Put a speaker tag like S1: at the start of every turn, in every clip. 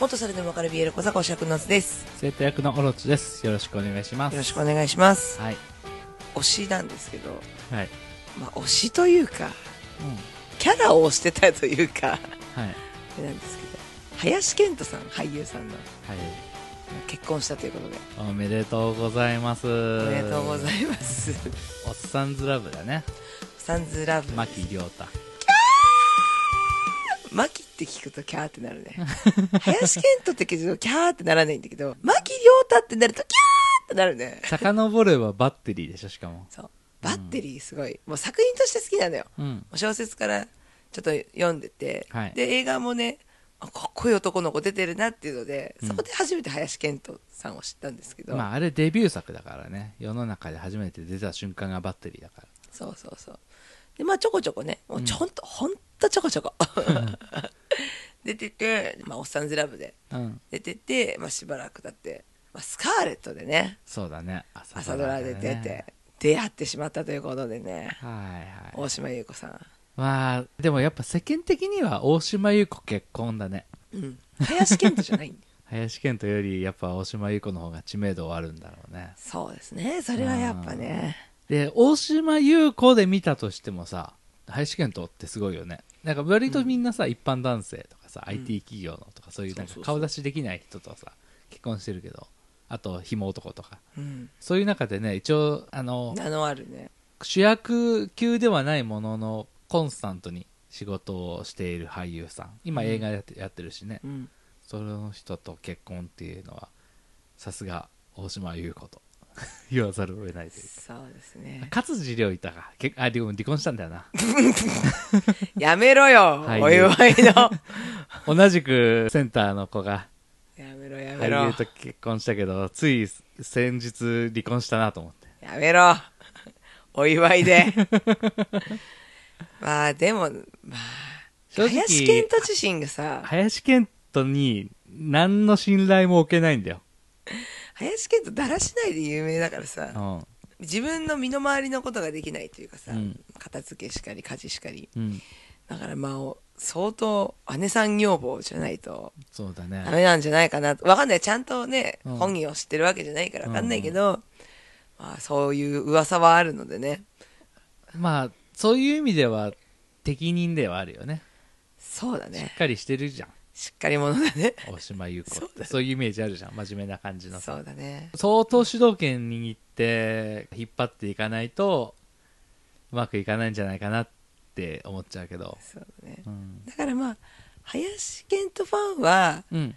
S1: 元それでもわかる BL 小坂おしゃくのつです。
S2: 生徒役のオロチです。よろしくお願いします。
S1: よろしくお願いします。
S2: はい。
S1: 推しなんですけど、
S2: はい。
S1: まあ推しというか、
S2: うん。
S1: キャラを推してたというか、
S2: はい。
S1: あれなんですけど、林健人さん、俳優さんの
S2: はい。
S1: 結婚したということで、
S2: おめでとうございます。
S1: お
S2: お
S1: めでとうござ
S2: す。
S1: います。
S2: おっさんずラブだね。
S1: サンズラブ。
S2: 牧亮太。
S1: マキって聞くとキャーってなるね。林健人って聞くとキャーってならないんだけど、マキ亮太ってなるとキャーってなるね。
S2: 遡ればバッテリーでしょ、しかも。
S1: そう。バッテリーすごい。もう作品として好きなのよ。
S2: うん。
S1: 小説からちょっと読んでて、
S2: はい
S1: で映画もねあかっこいい男の子出てるなっていうので、
S2: うん
S1: そこで初めて林遣都さんを知ったんですけど、
S2: まあ、あれデビュー作だからね。世の中で初めて出た瞬間がバッテリーだから。
S1: そうそうそうでまあちょこちょこねもうちょんと、ほんとちょこちょ こ出てて、まあ、おっさんずラブで
S2: うん。
S1: 出てて、まあ、しばらく経って、まあ、スカーレットでね
S2: そうだね。
S1: 朝ドラ
S2: で
S1: で出て、出会ってしまったということでね
S2: はいは
S1: 大島優子さん
S2: い。まあ、でもやっぱ世間的には大島優子結婚だね。
S1: うん林遣都じゃないんだよ
S2: 林健人よりやっぱ大島優子の方が知名度はあるんだろうね。
S1: そうですねそれはやっぱね
S2: で、大島優子で見たとしてもさ、林健人ってすごいよね。なんか割とみんなさ、一般男性とかさ、IT 企業のとかそういうなんか
S1: そうそうそう
S2: 顔出しできない人とさ、結婚してるけど、あと、紐男とか。
S1: うん
S2: そういう中でね、一応、あの、
S1: 名のあるね
S2: 主役級ではないものの、コンスタントに仕事をしている俳優さん。今映画やってやってるしね。
S1: うん
S2: その人と結婚っていうのは、さすが大島優子と言わざるを得ないというか
S1: そうです ね
S2: 勝地涼いたか。けあ、でも離婚したんだよな。
S1: やめろよ、
S2: はい
S1: お祝いの や
S2: 同じくセンターの子が
S1: めろやめ
S2: 俳
S1: ろ
S2: 優と結婚したけど、つい先日離婚したなと思って。
S1: やめろお祝いで まあでもまあ
S2: 正直
S1: 林健人自身がさ
S2: 林健人に何の信頼も置けないんだよ。
S1: 林健人だらしないで有名だから
S2: う
S1: さ
S2: ん。
S1: 自分の身の回りのことができないというかさ、
S2: うん
S1: 片付けしかり家事しかり
S2: うん。
S1: だからまあ相当姉さん女房じゃないと
S2: そうだ
S1: ダ
S2: ね。
S1: メなんじゃないかなと。わかんない。ちゃんとね、
S2: うん
S1: 本人を知ってるわけじゃないからわかんないけど、まあそういう噂はあるのでね。
S2: まあ、そういう意味では適任ではあるよね。
S1: そうだ
S2: し
S1: ね
S2: っ。かりしてるじゃん。
S1: しっかり者だね。
S2: 大島優子
S1: そう
S2: って。そういうイメージあるじゃん。真面目な感じの。
S1: そうだね。
S2: 相当主導権握って引っ張っていかないとうまくいかないんじゃないかなって思っちゃうけど、
S1: そうだね。
S2: うん
S1: だからまあ、林健人ファンは、
S2: うん
S1: 健人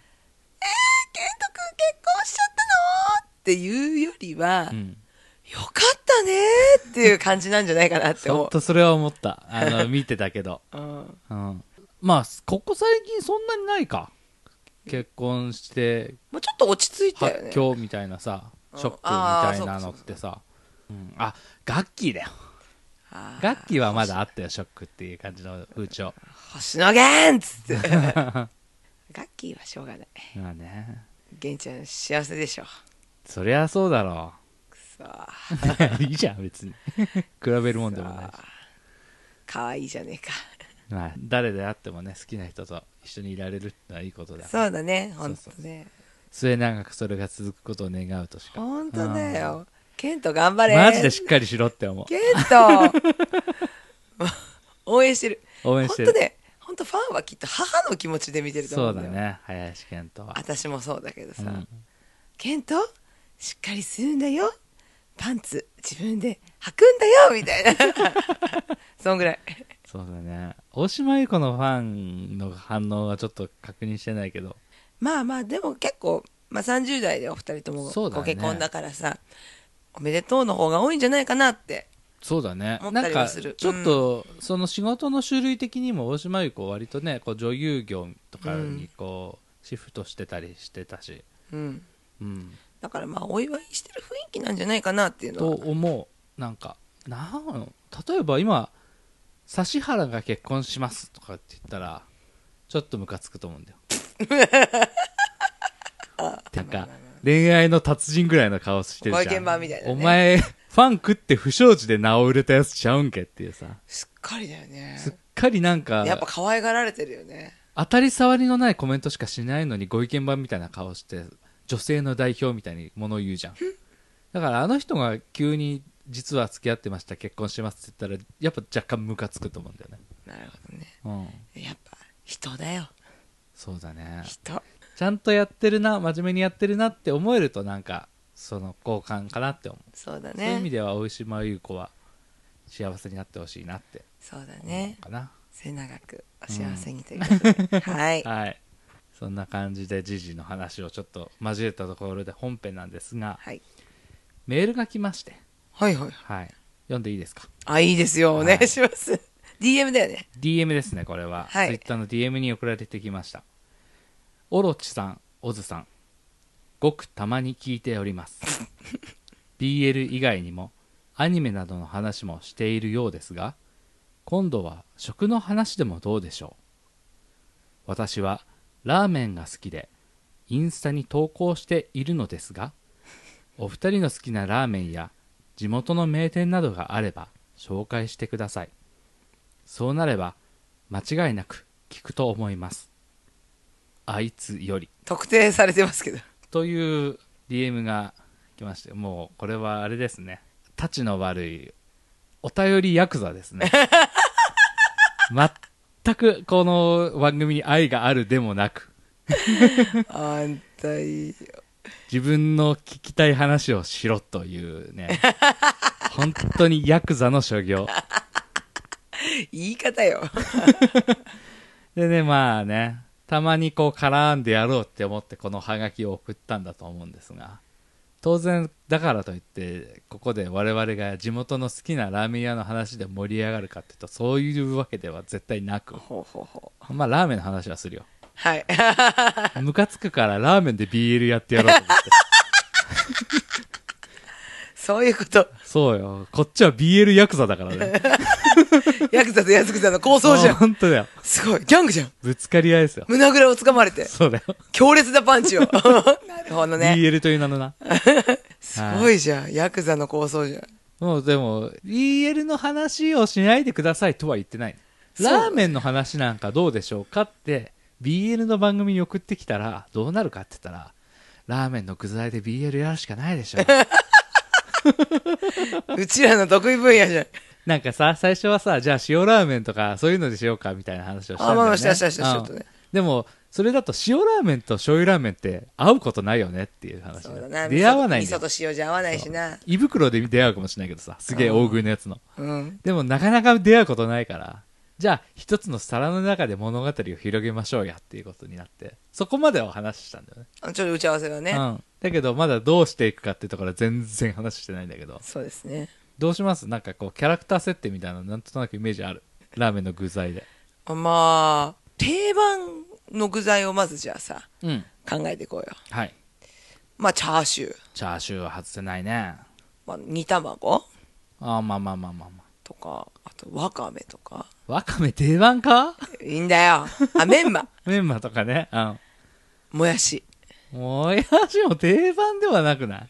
S1: くん結婚しちゃったのっていうよりは、
S2: うん、
S1: よかったねーっていう感じなんじゃないかなって
S2: ほ
S1: 思
S2: んとそれは思ったあ の見てたけど、
S1: う。うん。
S2: うん、まあここ最近そんなにないか結婚して
S1: もうちょっと落ち着いたよ
S2: 発
S1: ね。
S2: 狂みたいなさ、
S1: うん
S2: ショック
S1: あー
S2: みたいなのってさうんあガッキーだよ
S1: あー
S2: ガッキーはまだあったよショックっていう感じの風潮
S1: 星野源っつ って。ガッキーはしょうがない。
S2: まあね
S1: 源ちゃん幸せでしょ。
S2: そりゃそうだろう
S1: くそー
S2: いいじゃ ん別に比べるもんでもないし
S1: 可愛いじゃねえか
S2: まあ誰であってもね好きな人と一緒にいられるってのはいいことだ
S1: そうだねほんと
S2: そう
S1: ね
S2: 末永くそれが続くことを願うとしか
S1: ほんとだよケント頑張れ
S2: マジでしっかりしろって思う
S1: ケント 応援してる
S2: 応
S1: ほ
S2: 援
S1: ん
S2: して
S1: と
S2: る、
S1: ねほんとファンはきっと母の気持ちで見てると
S2: そ
S1: 思うだ
S2: うんだ
S1: よ
S2: ね林健人は
S1: 私もそうだけどさ、
S2: うん
S1: ケントしっかりするんだよパンツ自分で履くんだよみたいな そんぐらい
S2: そうだね大島優子のファンの反応はちょっと確認してないけど
S1: まあまあでも結構、まあ、30代でお二人とも
S2: そうだね
S1: ご結婚だからさ、おめでとうの方が多いんじゃないかなって
S2: そうだね
S1: 思っ
S2: な
S1: た
S2: ん
S1: り
S2: か
S1: はする
S2: ちょっと、その仕事の種類的にも大島優子割とねこう女優業とかにこう、シフトしてたりしてたし
S1: うん
S2: うん
S1: だからまあお祝いしてる雰囲気なんじゃないかなっていう
S2: と
S1: のは
S2: 思うなんかなん例えば今指原が結婚しますとかって言ったらちょっとムカつくと思 うんだよてか恋愛の達人ぐらいの顔してる
S1: ご
S2: じ
S1: 意
S2: ゃ
S1: 見
S2: ん
S1: 番みたいなね
S2: お前ファン食って不祥事で名を売れたやつちゃうんけっていうさ
S1: すっかりだよね
S2: すっかりなんか
S1: やっぱ可愛がられてるよね
S2: 当たり障りのないコメントしかしないのにご意見番みたいな顔して女性の代表みたいに物言うじゃんだからあの人が急に実は付き合ってました結婚してますって言ったらやっぱ若干ムカつくと思うんだよね
S1: なるほどね
S2: うん
S1: やっぱ人だよ
S2: そうだね
S1: 人
S2: ちゃんとやってるな真面目にやってるなって思えるとなんかその好感かなって思う、
S1: そうだ
S2: そういう意味
S1: ね
S2: では大島優子は幸せになってほしいなって
S1: そうだ
S2: 思
S1: ね
S2: うかな、
S1: 末永くお幸せにということで はい
S2: はいそんな感じで時事の話をちょっと交えたところで本編なんですが
S1: はい
S2: メールが来まして、
S1: はいはい
S2: はい、読んでいいですか
S1: あいいですよお願
S2: はい
S1: いします DM だよね
S2: DM ですねこれは、
S1: はい
S2: Twitter の DM に送られてきましたオロチさんオズさんごくたまに聞いております BL 以外にもアニメなどの話もしているようですが今度は食の話でもどうでしょう私はラーメンが好きでインスタに投稿しているのですがお二人の好きなラーメンや地元の名店などがあれば紹介してくださいそうなれば間違いなく聞くと思いますあいつより
S1: 特定されてますけど
S2: という DM が来ましてもうこれはあれですねたちの悪いお便りヤクザですね全くこの番組に愛があるでもなく
S1: あんたいいよ
S2: 自分の聞きたい話をしろというね本当にヤクザの所業
S1: 言い方よ
S2: でね、まあね、たまにこう絡んでやろうって思ってこのハガキを送ったんだと思うんですが、当然だからといって、ここで我々が地元の好きなラーメン屋の話で盛り上がるかっていうと、そういうわけでは絶対なく、
S1: ほうほうほう
S2: まあラーメンの話はするよ。
S1: はい
S2: ムカつくからラーメンで BL やってやろうと思って。
S1: そういうこと
S2: そうよ。こっちは BL ヤクザだか らね。
S1: ヤクザとヤクザの構想じゃん
S2: 本当だよ。
S1: すごいギャングじゃん
S2: ぶつかり合いですよ。
S1: 胸ぐらを掴まれて
S2: そうだよ。
S1: 強烈なパンチを なるほどね
S2: BL という名のな。
S1: すごいじゃんヤクザの構想じゃん
S2: もうでも、BL の話をしないでくださいとは言ってない。
S1: そう
S2: ラーメンの話なんかどうでしょうかって、BL の番組に送ってきたら、どうなるかって言ったら、ラーメンの具材で BL やるしかな いでしょ。
S1: うちらの得意分野じゃん
S2: なんかさ、最初はさ、じゃあ塩ラーメンとかそういうのでしようかみたいな話をしたんだよ、ね。
S1: あまあまあしたしたした
S2: う
S1: ちょ
S2: ん
S1: っとね
S2: でも、それだと塩ラーメンと醤油ラーメンって合うことないよねっていう話
S1: そうだな。
S2: 出会わないん
S1: 味
S2: だ
S1: 噌
S2: よ
S1: と。塩じゃ合わないしな。
S2: 胃袋で出会うかもしれないけどさ、すげえ大食いのやつの。
S1: うん。
S2: でもなかなか出会うことないから、じゃあ一つの皿の中で物語を広げましょうやっていうことになって、そこまでは話したんだよね。
S1: あのちょっと打ち合わせはね。
S2: うん。だけどまだどうしていくかってところは全然話してないんだけど、
S1: そうですね。
S2: どうしますなんかこうキャラクター設定みたいなのなんとなくイメージある。ラーメンの具材で。
S1: まあ、定番の具材をまずじゃあさ、
S2: うん。
S1: 考えていこうよ。
S2: はい。
S1: まあ、チャーシュー。
S2: チャーシューは外せないね。
S1: まあ、煮卵
S2: あーまあまあまあまあまあ。
S1: とか、あと、わかめとか。
S2: わかめ定番 か
S1: いいんだよ。あ、メンマ。
S2: メンマとかね。うん。
S1: もやし。
S2: もやしも定番ではなくない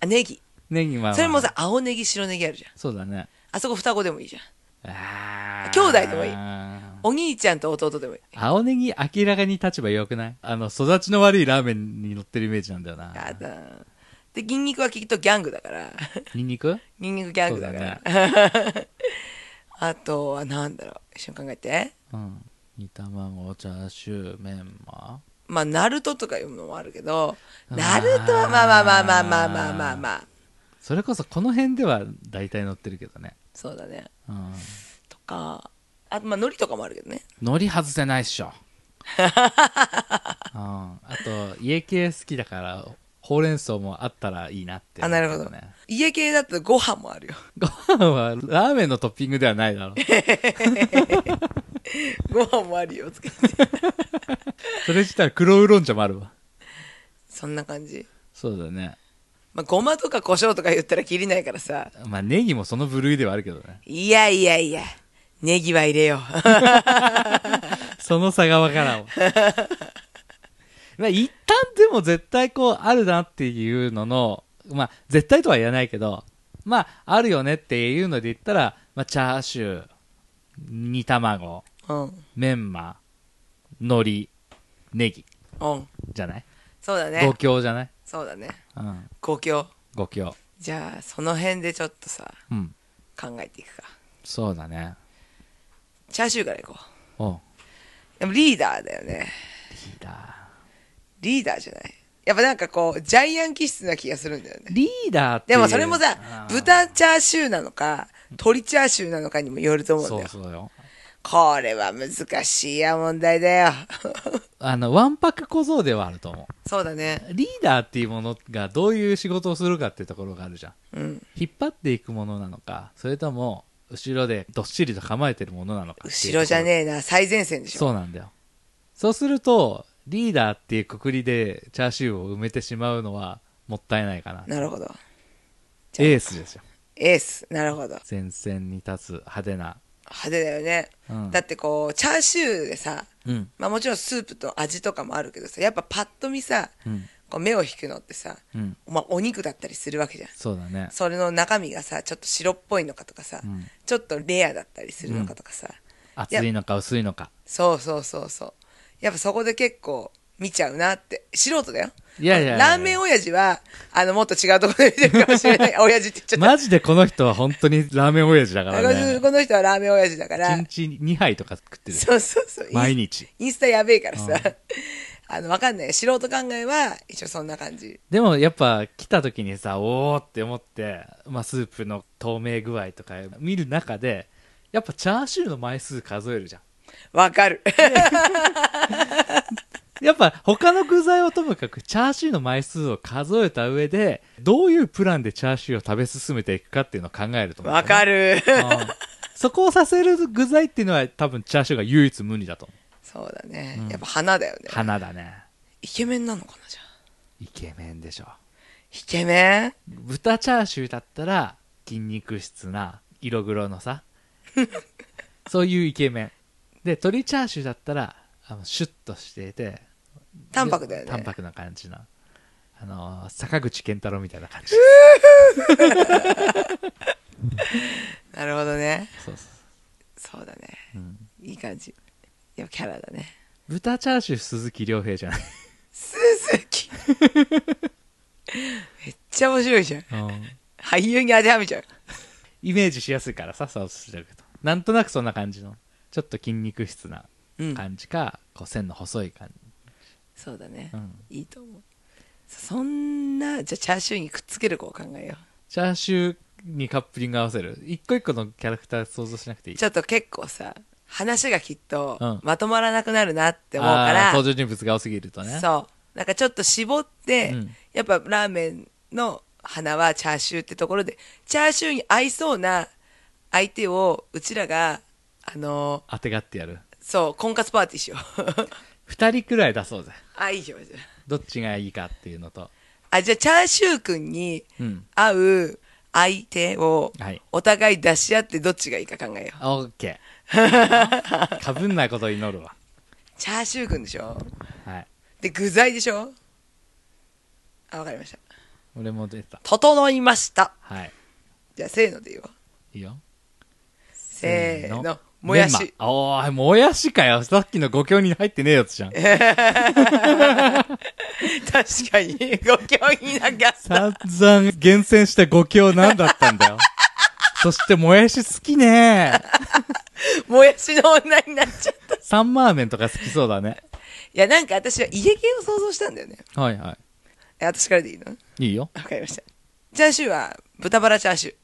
S1: あ、ネギ。
S2: ネギまあまあ
S1: それもさ、青ネギ、白ネギあるじゃん。
S2: そうだね。
S1: あそこ双子でもいいじゃん。
S2: あー
S1: 兄弟でもいいお兄ちゃんと弟でもいい。
S2: 青ネギ明らかに立場良くないあの、育ちの悪いラーメンに乗ってるイメージなんだよな。
S1: やだ。で、筋肉はきっとギャングだから。
S2: ニンニク
S1: ニンニクギャングだから。 あとはなんだろう。一緒に考えて。
S2: うん。煮卵、チャーシュー、メンマ。
S1: まあ、ナルトとかいうのもあるけど、
S2: あー
S1: ナルトはまあまあまあまあまあまあまあまあ。
S2: それこそこの辺では大体乗ってるけどね。
S1: そうだね。
S2: うん。
S1: とか、あとまあ、海苔とかもあるけどね。
S2: 海苔外せないっし ょ。うん。あと、家系好きだから、ほうれん草もあったらいいなって、
S1: あ、なるほど
S2: ね。。
S1: 家系だとご飯もあるよ。
S2: ご飯はラーメンのトッピングではないだろう。
S1: ご飯もあるよ。つけて
S2: それ自体黒ウーロン茶もあるわ。
S1: そんな感じ。
S2: そうだね。
S1: まあ、ごまとか胡椒とか言ったら切りないからさ。
S2: まあ、ネギもその部類ではあるけどね。
S1: いやいやいや。ネギは入れよ
S2: その差がわからんわ。 まあ、一旦でも絶対こうあるなっていうのの、まあ、絶対とは言わないけど、まあ、あるよねっていうので言ったら、まあ、チャーシュー、煮卵、
S1: う。うん。
S2: メンマ、海苔ネギ
S1: うん
S2: じゃない
S1: そうだね
S2: 五強じゃない
S1: そうだね
S2: うん
S1: 五強
S2: 五強
S1: じゃあその辺でちょっとさ
S2: うん
S1: 考えていくか
S2: そうだね
S1: チャーシューからいこう
S2: おう
S1: でもリーダーだよね
S2: リーダ
S1: リーダーじゃないやっぱなんかこうジャイアン気質な気がするんだよ
S2: ー
S1: ね
S2: リーダーって
S1: で
S2: いう
S1: もそれも
S2: あ
S1: さ
S2: ー
S1: 豚チャーシューなのか鶏チャーシューなのかにもよると思うんだ
S2: そ
S1: よ
S2: うそうよ
S1: これは難しいや問題だよ
S2: あのわんぱく小僧ではあると思
S1: そうだね
S2: うリーダーっていうものがどういう仕事をするかっていうところがあるじゃん
S1: うん
S2: 引っ張っていくものなのかそれとも後ろでどっしりと構えてるものなのかっていうとこ
S1: 後
S2: ろ
S1: ろじゃねえな最前線でしょ
S2: そうなんだよそうするとリーダーっていうくくりでチャーシューを埋めてしまうのはもったいないかな
S1: なるほどじゃあ
S2: エースですよ
S1: エースなるほど
S2: 前線に立つ派手な
S1: 派手だよね、
S2: うん
S1: だってこうチャーシューでさ、
S2: うん
S1: まあ、もちろんスープと味とかもあるけどさやっぱパッと見さ、
S2: うん
S1: こう目を引くのってさ、
S2: うん
S1: まあ、お肉だったりするわけじゃん
S2: そうだね
S1: それの中身がさちょっと白っぽいのかとかさ、
S2: ん
S1: ちょっとレアだったりするのかとかさ、
S2: 厚いのか薄いのか
S1: そうそうそうそうやっぱそこで結構見ちゃうなって素人だよ
S2: いやいやいや
S1: ラーメン親父はあのもっと違うところで見てるかもしれ ない親父って言っちゃった、
S2: マジでこの人は本当にラーメン親父だか
S1: あ
S2: ら
S1: の
S2: ね
S1: この人はラーメン親父だから
S2: 1日2杯とか食ってる
S1: そうそうそう
S2: 毎日
S1: インスタやべえからさ、あのわかんない素人考えは一応そんな感じ
S2: でもやっぱ来た時にさおーって思って、まあ、スープの透明具合とか見る中でやっぱチャーシューの枚数数えるじゃ
S1: わかる
S2: んやっぱ他の具材はともかくチャーシューの枚数を数えた上でどういうプランでチャーシューを食べ進めていくかっていうのを考えると思う
S1: わかる
S2: うんそこをさせる具材っていうのは多分チャーシューが唯一無二だと思う
S1: そうだね、やっぱ花だよね
S2: 花だね
S1: イケメンなのかなじゃあ
S2: イケメンでしょ
S1: イケメン
S2: 豚チャーシューだったら筋肉質な色黒 のさそういうイケメンで鶏チャーシューだったらあのシュッとしていて
S1: 淡白だよね
S2: 淡白な感じなあの坂口健太郎みたいな感じ
S1: なるほどね
S2: そうそう
S1: そうだね、いい感じやっぱキャラだね
S2: 豚チャーシュー鈴木亮平じゃない、
S1: 鈴 木めっちゃ面白いじゃん俳優に当てはめちゃう
S2: イメージしやすいからさそうするとなんとなくそんな感じのちょっと筋肉質な
S1: うん
S2: 感じか、こう線の細い感じ
S1: そうだね、
S2: うん
S1: いいと思うそそんなじゃあチャーシューにくっつける子を考えよ
S2: チャーシューにカップリング合わせる一個一個のキャラクター想像しなくていいう
S1: ちょっと結構さ話がきっと
S2: うん
S1: まとまらなくなるなって思うか
S2: あー
S1: ら、
S2: 登場人物が多すぎるとね
S1: そうなんかちょっと絞って、
S2: うん
S1: やっぱラーメンの花はチャーシューってところでチャーシューに合いそうな相手をうちらがあの
S2: 当てがってやる
S1: ーそう婚活パーティーしよう
S2: 2人くらい出そうぜ
S1: あいいじゃんいいじゃん
S2: どっちがいいかっていうのと
S1: あじゃあチャーシューくんに
S2: うん
S1: 合う相手を
S2: はい
S1: お互い出し合ってどっちがいいか考えよう
S2: オッケ ーかぶんないことを祈るわ
S1: チャーシューくんでしょ
S2: はい
S1: で具材でしょあわかりました
S2: 俺も出た
S1: 整いました
S2: はい
S1: じゃあせーので言おう
S2: いいよ
S1: せーのもや
S2: メン
S1: し
S2: マおーいもやしかよさっきの五強に入ってねえやつじゃん
S1: 確かにご興味なかった
S2: 散々厳選した五強なんだったんだよ そしてもやし好きね
S1: もやしの女になっちゃったい
S2: サンマーメンとか好きそうだね
S1: やなんか私は家系を想像したんだよね
S2: はいは
S1: え私からでいいの
S2: いいいよ
S1: わかりましたチャーシューは豚バラチャーシュ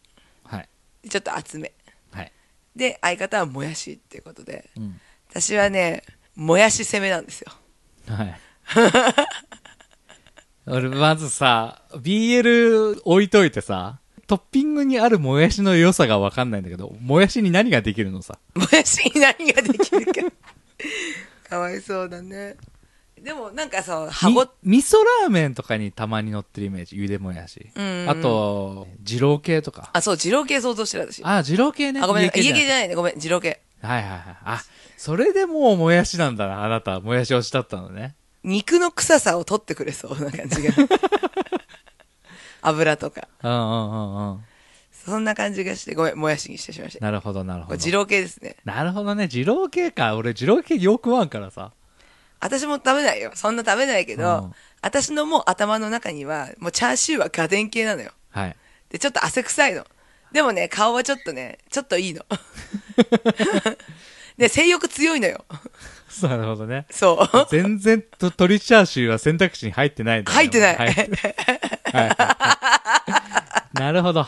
S2: はい
S1: ーちょっと厚め
S2: はい
S1: で相方はもやしっていうことで
S2: うん
S1: 私はねもやし攻めなんですよ
S2: はい。 俺、まずさ、BL 置いといてさ、トッピングにあるもやしの良さがわかんないんだけど、もやしに何ができるのさ。
S1: もやしに何ができるか かわいそうだねでもなんかそう歯ご
S2: み味噌ラーメンとかにたまに乗ってるイメージ。ゆでもやし。
S1: うん
S2: あと、二郎系とか。
S1: あそう二郎系想像してる私あ
S2: あ、二郎系ね。
S1: ごめん家
S2: 家
S1: 系
S2: 系
S1: じ
S2: じ
S1: ゃ
S2: ゃない
S1: ないねごめん二郎系
S2: はいはいはい。あ、それでもうもやしなんだな。あなた、もやし推しだったのね。
S1: 肉の臭さを取ってくれそうな感じが 油とか
S2: うんうんうんうん。
S1: そんな感じがしてごめんもやしにしてしまいました
S2: なるほどなる
S1: こ
S2: ほ
S1: れ
S2: ど
S1: 二。郎系ですね
S2: なるほどね。二郎系か。俺、二郎系よくわんからさ。
S1: 私も食べないよ。そんな食べないけど、
S2: うん
S1: 私のもう頭の中には、もうチャーシューはガデン系なのよ。
S2: はい。
S1: で、ちょっと汗臭いの。でもね、顔はちょっとね、ちょっといい の。で、性欲強いのよ。
S2: そうなるほ どね。
S1: そう。
S2: 全然と、鶏チャーシューは選択肢に入ってないんだね
S1: 入ってない。
S2: はい。はい はいなるほど。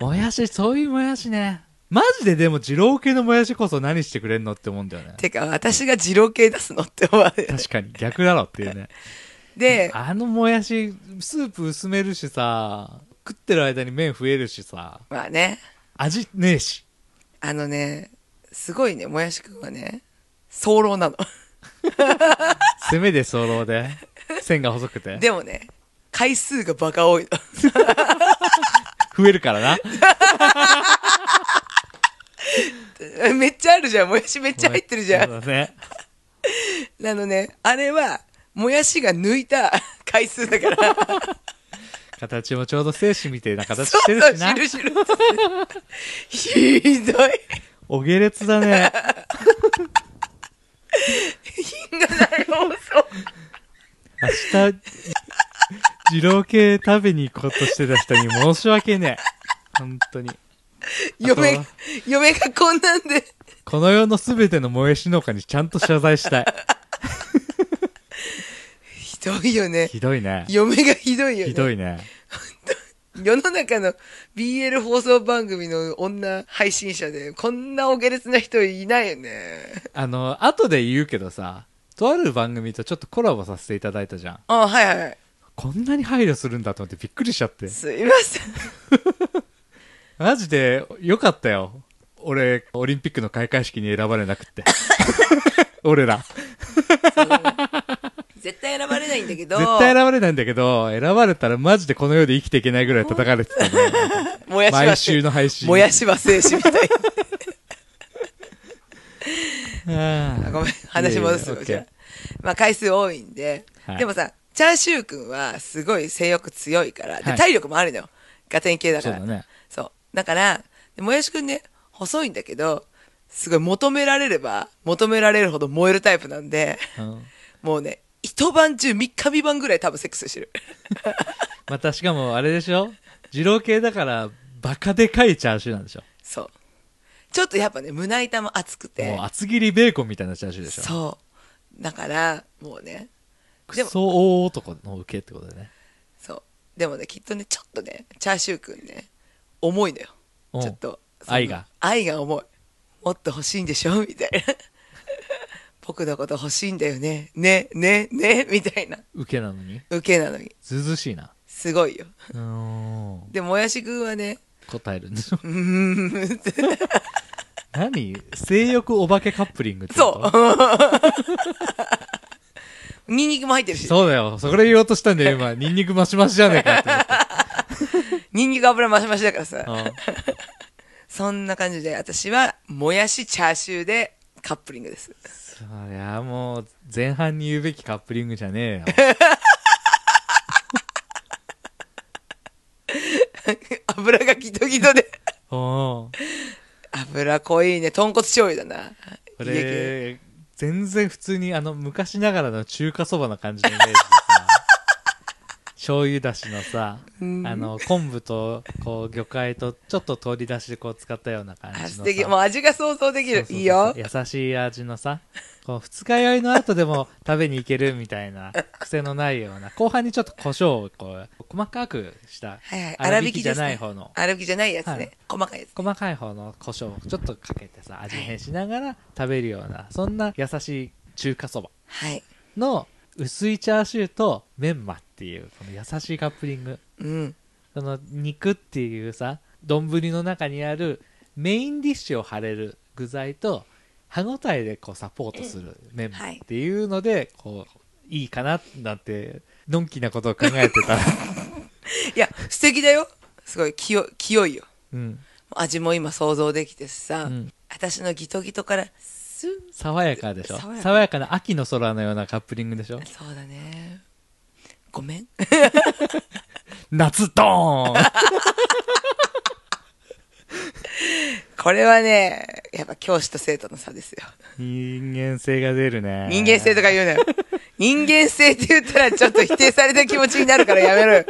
S2: もやし、そういうもやしね。マジででも、二郎系のもやしこそ何してくれんのって思うんだよね。
S1: てか、私が二郎系出すのって思われる。
S2: 確かに、逆だろっていう ね。
S1: で、
S2: あのもやし、スープ薄めるしさ、食ってる間に麺増えるしさ、
S1: まあね、
S2: 味ねえし。
S1: あのね、すごいね、もやしくんはね、早漏なの。
S2: 攻めで早漏で、線が細くて。
S1: でもね、回数がバカ多いの。
S2: 増えるからな。
S1: めっちゃあるじゃん。もやしめっちゃ入ってるじゃん。
S2: そうだね。
S1: なのね、あれは、もやしが抜いた 回数だ から。
S2: 形もちょうど精子みたいな形
S1: そ
S2: して
S1: う
S2: る
S1: そう、
S2: しな。
S1: 汁汁。 ひどい。
S2: お下劣だね。
S1: 品がない放送。
S2: 明日、二郎系食べに行こうとしてた人に申し訳ねえ。本当に。
S1: 嫁、嫁がこんなんで、
S2: この世のすべての萌えしのかにちゃんと謝罪したい。
S1: ひどいよね。
S2: ひどいね。
S1: 嫁がひどいよね。
S2: ひどいね。
S1: 世の中の BL 放送番組の女配信者で、こんなお下劣な人いないよね。
S2: あの、後で言うけどさ、とある番組とちょっとコラボさせていただいたじゃん。
S1: あ、はいはいはい。
S2: こんなに配慮するんだと思ってびっくりしちゃって。
S1: すいません。
S2: マジで、よかったよ。俺、オリンピックの開会式に選ばれなく って。俺ら。
S1: 絶対選ばれないんだけど、
S2: 絶対選ばれないんだけど、選ばれたらマジでこの世で生きていけないぐらい叩かれ てたのよ
S1: もやしは
S2: 毎週の配信。
S1: もやしは生死みたいな。
S2: あ
S1: あ
S2: ー
S1: ごめん、話戻す
S2: いやいや
S1: よ、じゃあ
S2: OK
S1: まあ、回数多いんで、
S2: はい
S1: でもさ、チャーシューくんはすごい性欲強いから、で
S2: はい
S1: 体力もあるのよ。ガテン系だ
S2: そ
S1: か
S2: う
S1: ら。
S2: だね。
S1: そうだから、でもやしくんね、細いんだけど、すごい求められれば、求められるほど燃えるタイプなんで、
S2: うん
S1: もうね、一晩中、三日三晩ぐらい多分セックスしてる。
S2: またしかもあれでしょ二郎系だから、バカでかいチャーシューなんでしょ
S1: そう。ちょっとやっぱね、胸板も厚くて
S2: もう、厚切りベーコンみたいなチャーシューでしょ
S1: そう。だから、もうね、
S2: ク
S1: でも
S2: ソ大男の受けってことだね。
S1: そう。でもね、きっとね、ちょっとね、チャーシューくんね、重いのよ。
S2: うん
S1: ちょっと。その
S2: 愛が。
S1: 愛が重い。もっと欲しいんでしょみたいな。 僕のこと欲しいんだよね。ね、ね、ね、みたいな。
S2: 受けなのに。
S1: 受けなのに。
S2: ずうずうしいな。
S1: すごいよ。
S2: うーん。
S1: で、もやしくんはね、
S2: 答えるんでしょ
S1: うーんって、
S2: 何性欲お化けカップリングってこと
S1: そう。 ニンニクも入ってるし。
S2: そうだよ。それ言おうとしたんだ よ、今。ニンニクマシマシじゃねえかって
S1: ニンニク油マシマシだからさ。
S2: 思って。うん
S1: そんな感じで、私は、もやしチャーシューでカップリングです。
S2: そりゃもう、前半に言うべきカップリングじゃね
S1: 油がギトギトで。
S2: え よ。お
S1: 油濃いね。豚骨醤油だな。
S2: こ
S1: 家系
S2: れ、全然普通にあの、昔ながらの中華そばな感じのイメージでさ、醤油だしのさ、あの、昆布と、こう、魚介と、ちょっと鶏だしでこう使ったような感じ
S1: あ
S2: の
S1: 素
S2: さ。
S1: 敵。もう味が想像できる。いいよ。
S2: 優しい味のさ、こう、二日酔いの後でも食べに行けるみたいな、癖のないような、後半にちょっと胡椒をこう、細かくした、
S1: はいはい。
S2: 粗挽きじゃない方の、
S1: 粗挽きじゃないやつね。
S2: はい
S1: 細かいやつ。
S2: 細かい方の胡椒をちょっとかけてさ、味変しながら食べるような、そんな優しい中華そば
S1: はい。
S2: の薄いチャーシューとメンマっていう、この優しいカップリング。
S1: うん。
S2: その肉っていうさ、丼の中にあるメインディッシュを貼れる具材と、歯ごたえでこうサポートするメンマっていうので、こう、いいかななんて、のんきなことを考えてた。
S1: いや、素敵だよ。すごい、清い、清いよ。
S2: うん。
S1: 味も今想像できてさ、
S2: うん
S1: 私のギトギトから、スン
S2: 爽やかでしょ
S1: 爽やか
S2: 爽やかな秋の空のようなカップリングでしょ
S1: そうだね。ごめん。
S2: 夏ドーン
S1: ここれはね、やっぱ教師と生徒の差ですよ。
S2: 人間性が出るね。
S1: 人間性とか言うなよ。人間性って言ったらちょっと否定された気持ちになるからやめろよ。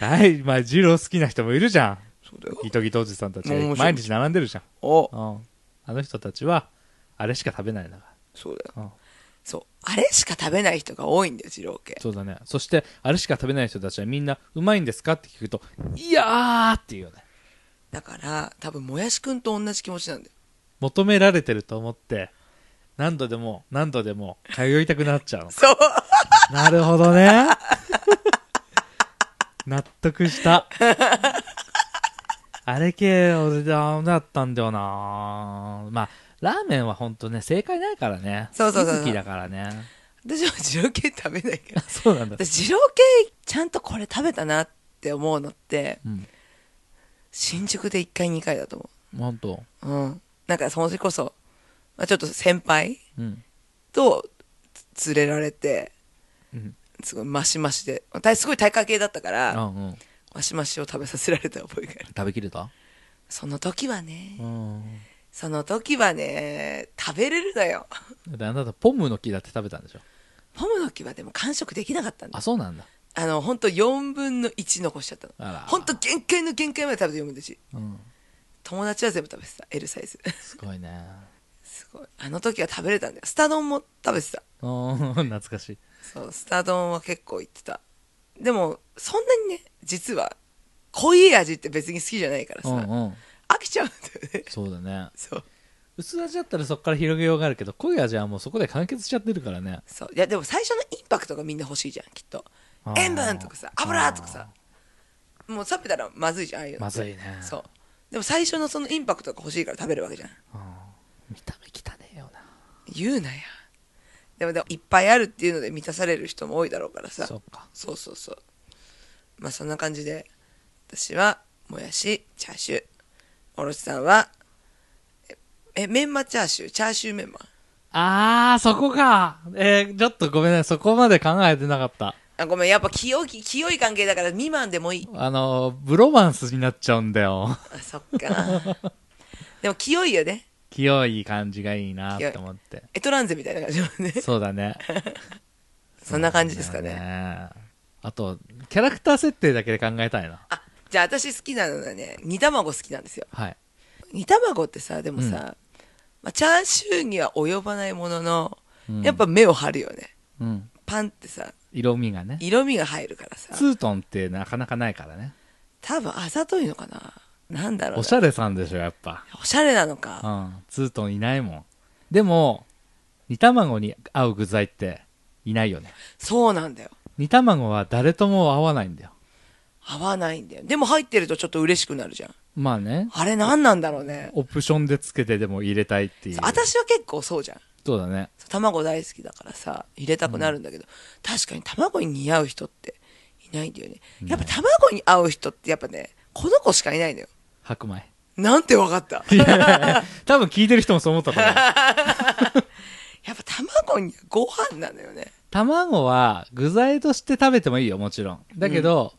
S2: はい、まあ、ジロー好きな人もいるじゃん。
S1: そうだよ。
S2: ギトギトおじさんたち
S1: 面白い
S2: 毎日並んでるじゃん。
S1: お、
S2: うん。あの人たちは、あれしか食べないんだか
S1: そうだよ。
S2: ら。うん。
S1: そう。あれしか食べない人が多いんだよ、二郎系。
S2: そうだね。そして、あれしか食べない人たちはみんな、うまいんですかって聞くと、いやーっていうよね。
S1: だから、多分、もやしくんと同じ気持ちなんだよ。。
S2: 求められてると思って、何度でも何度でも通いたくなっちゃうの
S1: そう。
S2: なるほどね。 納得した。あれ系、俺ダメだったんだよなまあ、ラーメンはほんとね、正解ないからね。
S1: そうそうそうそう
S2: 好きだからね。
S1: 私は二郎系食べないから。
S2: そうなんだ。
S1: 私、二郎系、ちゃんとこれ食べたなって思うのって、
S2: うん。
S1: 新宿で1回、2回だと思
S2: ほんと。
S1: う。うん。なんか、その時こそ、まあ、ちょっと先輩
S2: うん。
S1: とつ連れられて、
S2: うん。
S1: すごいマシマシで、たすごい体育会系だったか
S2: う
S1: ら、
S2: んうん。
S1: マシマシを食べさせられた覚えがある。
S2: 食べきれた
S1: その時はね、
S2: うん。
S1: その時はね、食べれるのよ。
S2: だってあなた、ポムの木だって食べたんでしょ。
S1: ポムの木はでも完食できなかったんだ
S2: あ、。そうなんだ。
S1: あの、ほんと4分の1残しちゃったの。
S2: あら。
S1: ほんと限界の限界まで食べて4分の1。
S2: うん。
S1: 友達は全部食べてた。L サイズ。
S2: すごいね。
S1: すごい。あの時は食べれたんだよ。スタ丼も食べてた。
S2: うん、懐かしい。
S1: そう、スタ丼は結構行ってた。でも、そんなにね、実は、濃い味って別に好きじゃないからさ、
S2: うんうん。
S1: 飽きちゃうんだよね。
S2: そうだね。
S1: そう。
S2: 薄味だったらそこから広げようがあるけど濃い味はもうそこで完結しちゃってるからね
S1: そう。いや、でも最初のインパクトがみんな欲しいじゃん、きっと。
S2: あー
S1: 塩分とかさ、油とかさ。もう食べたらまずいじゃん、ああいうのって
S2: まずいね
S1: そう。でも最初のそのインパクトが欲しいから食べるわけじゃん。
S2: うん見た目汚ねえよな
S1: 言うなや。でもでもいっぱいあるっていうので満たされる人も多いだろうからさ。
S2: そうか
S1: そうそうそう。まあそんな感じで、私はもやし、チャーシュー。おろしさんは、え、えメンマチャーシュー、チャーシューメンマ。
S2: あーそこかえー、ちょっとごめんねそこまで考えてなかった
S1: あ、ごめん、やっぱ清い、清い関係だから未満でもいい。
S2: あのブロマンスになっちゃうんだよ
S1: あ、そっか。でも清いよね。
S2: 清い感じがいいなって思って
S1: エトランゼみたいな感じだもんね。
S2: そうだ ね
S1: そんな感じですか
S2: そうだ
S1: ね。
S2: ねあとキャラクター設定だけで考えたいな
S1: あ、じゃあ私好きなのはね、煮卵好きなんですよ。
S2: はい
S1: 煮卵ってさ、でもさ、まあ、チャーシューには及ばないものの、
S2: うん
S1: やっぱ目を張るよね。
S2: うん
S1: パンってさ、
S2: 色味がね
S1: 色味が入るからさ
S2: ツ、ートンってなかなかないからね
S1: 多分あざといのかな。なんだろうな。
S2: おしゃれさんでしょやっぱ
S1: おしゃれなの
S2: う
S1: か。
S2: ん、ツートンいないもん。でも、煮卵に合う具材っていないよね。
S1: そうなんだよ。
S2: 煮卵は誰とも合わないんだよ。
S1: 合わないんだよ。でも入ってるとちょっと嬉しくなるじゃん。
S2: まあね、
S1: あれ何なんだろうね。
S2: オプションでつけてでも入れたいっていう。
S1: 私は結構そうじゃん。
S2: そうだね。
S1: 卵大好きだからさ入れたくなるんだけど、確かに卵に似合う人っていないんだよねやっぱ卵に合う人ってやっぱねこの子しかいないのよ
S2: 白米。
S1: なんて分かった
S2: いや多分聞いてる人もそう思ったと思う。
S1: やっぱ卵にご飯なのよね
S2: 卵は具材として食べてもいいよ、もちろん。だけど、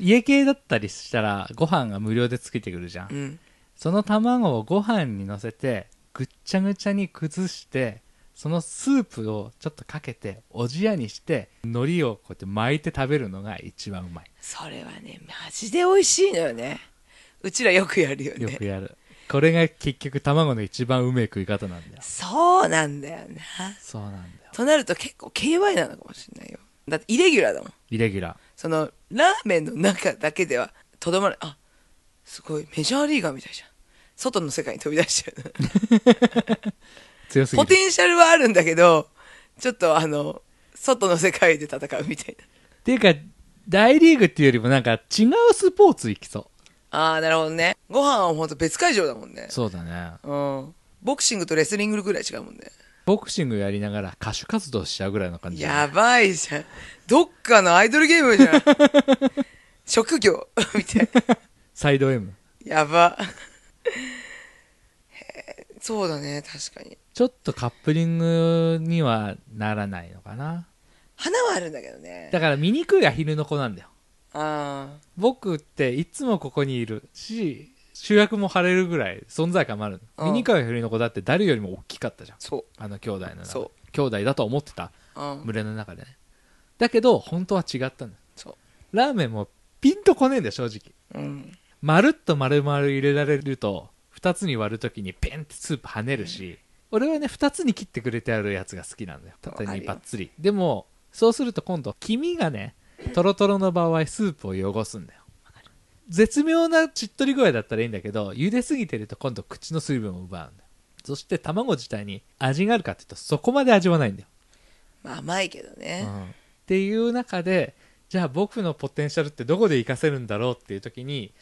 S2: 家系だったりしたらご飯が無料でつけてくるじゃん
S1: う。ん
S2: その卵をご飯に乗せてぐっちゃぐちゃに崩してそのスープをちょっとかけておじやにして海苔をこうやって巻いて食べるのが一番うまい
S1: それはねマジで美味しいのよねうちらよくやるよ
S2: よ
S1: ね
S2: くやるこれが結局卵の一番うめえ食い方なんだよ
S1: そうなんだよな
S2: そうなんだよ
S1: となると結構 KY なのかもしれないよだってイレギュラーだもん
S2: イレギュラ
S1: そのラーメンの中だけではとどまるあすごいメジャーリーガーみたいじゃん外の世界に飛び出しちゃう
S2: ー強すぎ
S1: ポ
S2: る
S1: テンシャルはあるんだけどちょっとあの外の世界で戦うみたいな
S2: っていうか大リーグっていうよりもなんか違うスポーツ行きそ
S1: ああなるほどねご飯はほんと別会場だもんね
S2: うそうだね
S1: うんボクシングとレスリングぐらい違うもんね
S2: ボクシングやりながら歌手活動しちゃうぐらいの感じだね
S1: やばいじゃんどっかのアイドルゲームじゃん職業みたいな
S2: サイド M
S1: やばへーそうだね確かに
S2: ちょっとカップリングにはならないのかな
S1: 花はあるんだけどね
S2: だから醜いアヒルの子なんだよ
S1: ああ
S2: 僕っていつもここにいるし主役も張れるぐらい存在感もある
S1: うん
S2: ミニカワヒロリの子だって誰よりも大きかったじゃん
S1: そ
S2: あの兄弟の中で
S1: そ
S2: 兄弟だと思ってた
S1: う。うん。
S2: 群れの中でねだけど本当は違ったんだよ
S1: そ
S2: ラーメンもピンとこねえんだよ正直
S1: う。うん。
S2: まるっと丸々入れられると2つに割るときにペンってスープ跳ねるし、俺はね2つに切ってくれてあるやつが好きなんだよ縦
S1: わか
S2: に
S1: るよ
S2: バッツリでもそうすると今度黄身がねトロトロの場合スープを汚すんだよ絶妙なしっとり具合だったらいいんだけど茹ですぎてると今度口の水分を奪うんだよそして卵自体に味があるかっていうとそこまで味はないんだよ
S1: まあ甘いけどね。
S2: っていう中でじゃあ僕のポテンシャルってどこで活かせるんだろうっていう時に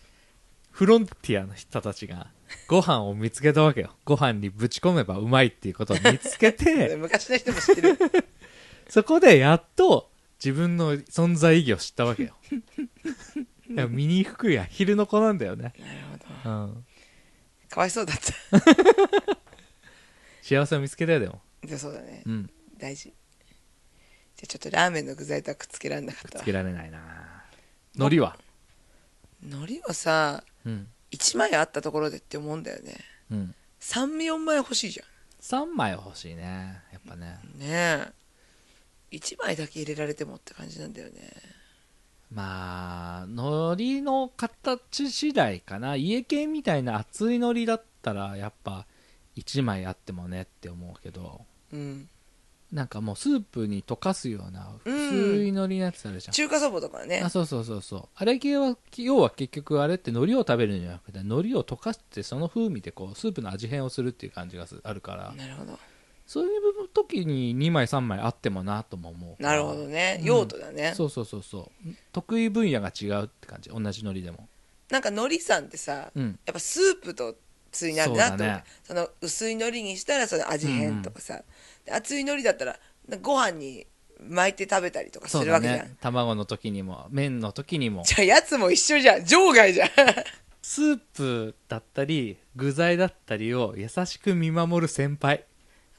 S2: フロンティアの人たちがご飯を見つけたわけよご飯にぶち込めばうまいっていうことを見つけ て
S1: 昔の人も知ってる。
S2: そこでやっと自分の存在意義を知ったわけよいやミニ服や昼の子なんだよね、
S1: なるほど。
S2: うん、
S1: かわいそうだっ
S2: 幸せを見つけたよでも、
S1: た。でそうだね
S2: う。ん、
S1: 大事。じゃあちょっとラーメンの具材とはくっつけられなかっ
S2: つ
S1: たわ
S2: け。られないな海苔は
S1: 海苔はさ、
S2: うん
S1: 1枚あったところでって思うんだよね。
S2: うん
S1: 3、4枚欲しいじゃ
S2: 3枚は欲しいねやっぱね
S1: ん。ねえ。1枚だけ入れられてもって感じなんだよね。
S2: まあ海苔の形次第かな家系みたいな厚い海苔だったらやっぱ1枚あってもねって思うけど
S1: うん。
S2: なんかもうスープに溶かすような
S1: うん
S2: 薄い海苔のやつあるじゃん、
S1: 中華そばとかね
S2: あ。そうそうそうそうあれ系は要は結局あれって海苔を食べるんじゃなくて海苔を溶かしてその風味でこうスープの味変をするっていう感じがすあるから、
S1: なるほど。
S2: そういう時に2枚3枚あってもなとも思うか
S1: な
S2: ら
S1: るほどね。
S2: うん
S1: 用途だね。
S2: そうそうそうそう得意分野が違うって感じ同じ海苔でも
S1: なんか海苔さんってさ、
S2: うん
S1: やっぱスープとついなんだなと思ってそ,、の薄い海苔にしたらその味変とかさ、で厚い海苔だったらなんかご飯に巻いて食べたりとかす
S2: そう
S1: る
S2: だ
S1: わけじゃん、
S2: ね卵の時にも麺の時にも
S1: じゃあやつも一緒じゃん場外じゃん
S2: スープだったり具材だったりを優しく見守る先輩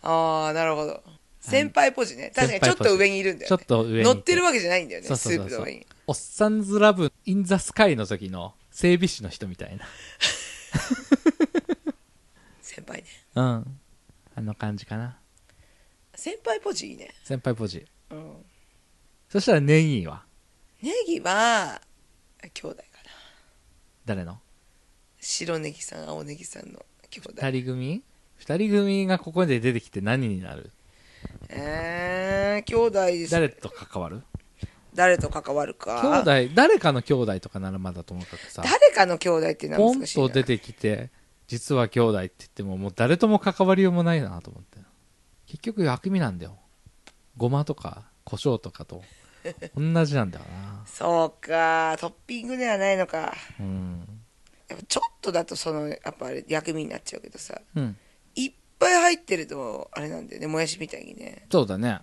S1: ああなるほど先輩ポジね確かにちょっと上にいるんだ
S2: ちょ
S1: よ
S2: っ
S1: ね
S2: と上に
S1: 乗ってるわけじゃないんだよね
S2: そうそうそう
S1: スープの上に
S2: おっさんずラブインザスカイの時の整備士の人みたい
S1: 先輩ね
S2: なうんあの感じかな
S1: 先輩ポジいいね、
S2: 先輩ポジ
S1: うん、
S2: そしたらネギは
S1: ネギは兄弟かな
S2: 誰の
S1: 白ネギさん青ネギさんの兄弟
S2: 二人組二人組がここで出てきて何になる
S1: えー、兄弟です
S2: 誰と関わる
S1: 誰と関わるか
S2: 兄弟誰かの兄弟とかならまだともかくさ
S1: 誰かの兄弟っていうの
S2: ポ
S1: は
S2: ン
S1: 難しいな
S2: と出てきて実は兄弟って言ってももう誰とも関わりようもないなと思って結局悪味なんだよごまとか胡椒とか と同じなんだよな
S1: そうかトッピングではないのか
S2: うん
S1: やっぱちょっとだとそのやっぱあれ薬味になっちゃうけどさ
S2: うん
S1: いっぱい入ってるとあれなんだよねもやしみたいにね
S2: そうだね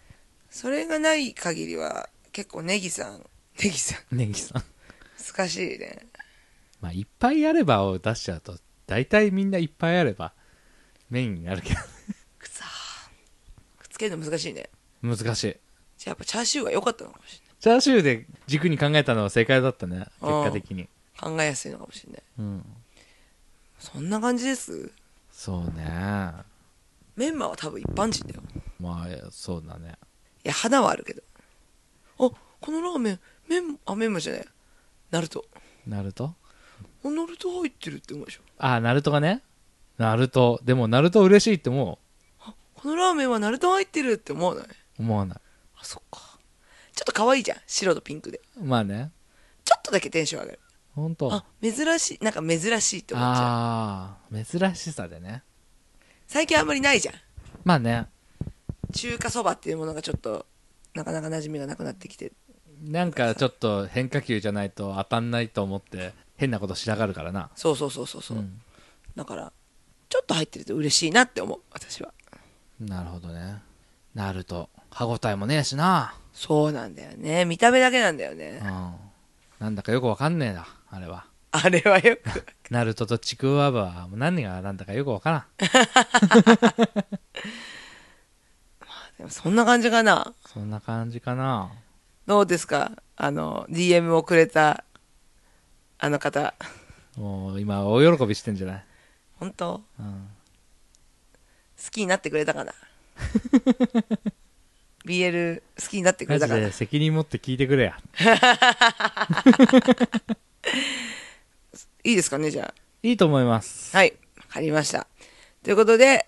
S1: それがない限りは結構ネギさんネギさん
S2: ネギさん
S1: 難しいね
S2: まあいっぱいあればを出しちゃうと大体みんないっぱいあればメインになるけど
S1: くさーくっつけるの難しいね
S2: 難しい
S1: じゃあやっぱチャーシューが良かったのかもしれ
S2: チャーシューで軸に考えたのは正解だったね結果的に
S1: ない考えやすいのかもしれない
S2: うん
S1: そんな感じです
S2: そうね
S1: メンマは多分一般人だよ
S2: まあそうだね
S1: いや、花はあるけど。あ、このラーメン、麺、あ、麺もじゃない。ナルト。
S2: なると
S1: あナルト入ってるって思うでしょ。
S2: あ、ナルトがね。ナルト。でも、ナルト嬉しいっても
S1: このラーメンはナルト入ってるって思わない
S2: 思う思わない。
S1: あ、そっか。ちょっと可愛いじゃん。白とピンクで。
S2: まあね。
S1: ちょっとだけテンション上がる。
S2: ほんと。
S1: あ、珍しい。なんか珍しいって思っちゃう。
S2: あー珍しさでね。
S1: 最近あんまりないじゃん。
S2: まあね。
S1: 中華そばっていうものがちょっと、なかなか馴染みがなくなってきて。
S2: なんかちょっと変化球じゃないと当たんないと思って、変なことしながるからな。
S1: そうそうそうそうそう。
S2: うん
S1: だから、ちょっと入ってると嬉しいなって思う。私は。
S2: なるほどね。ナルト。歯応えもねえしな。
S1: そうなんだよね。見た目だけなんだよ
S2: う
S1: ね。
S2: ん。なんだかよくわかんねえな、あれは。
S1: あれはよく。
S2: ナルトとちくわぶは何がなんだかよくわからん。
S1: でもそんな感じかな。
S2: そんな感じかな。
S1: どうですかあの、DM をくれた、あの方。
S2: もう今大喜びしてんじゃない、
S1: 本当
S2: うん、
S1: 好きになってくれたかな BL 好きになってく
S2: マ
S1: れた
S2: ジ
S1: かな
S2: で責任持って聞いてくれや
S1: いいですかねじゃ
S2: いいと思います
S1: あはいわかりましたということで、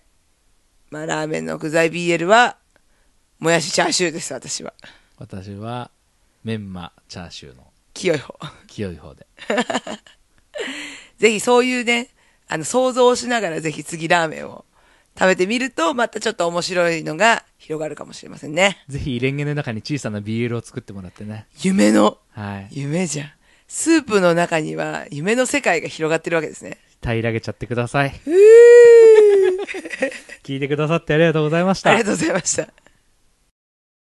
S1: まあ、ラーメンの具材 BL はもやしチャーシューです私は
S2: 私はメンマチャーシューの
S1: 清い方
S2: 清い方で
S1: ぜひそういうねあの想像をしながらぜひ次ラーメンを食べてみるとまたちょっと面白いのが広がるかもしれませんね
S2: ぜひレンゲの中に小さな BL を作ってもらってね
S1: 夢の
S2: はい
S1: 夢じゃんスープの中には夢の世界が広がってるわけですね
S2: 平らげちゃってください聞いてくださってありがとうございまし た
S1: ありがとうございました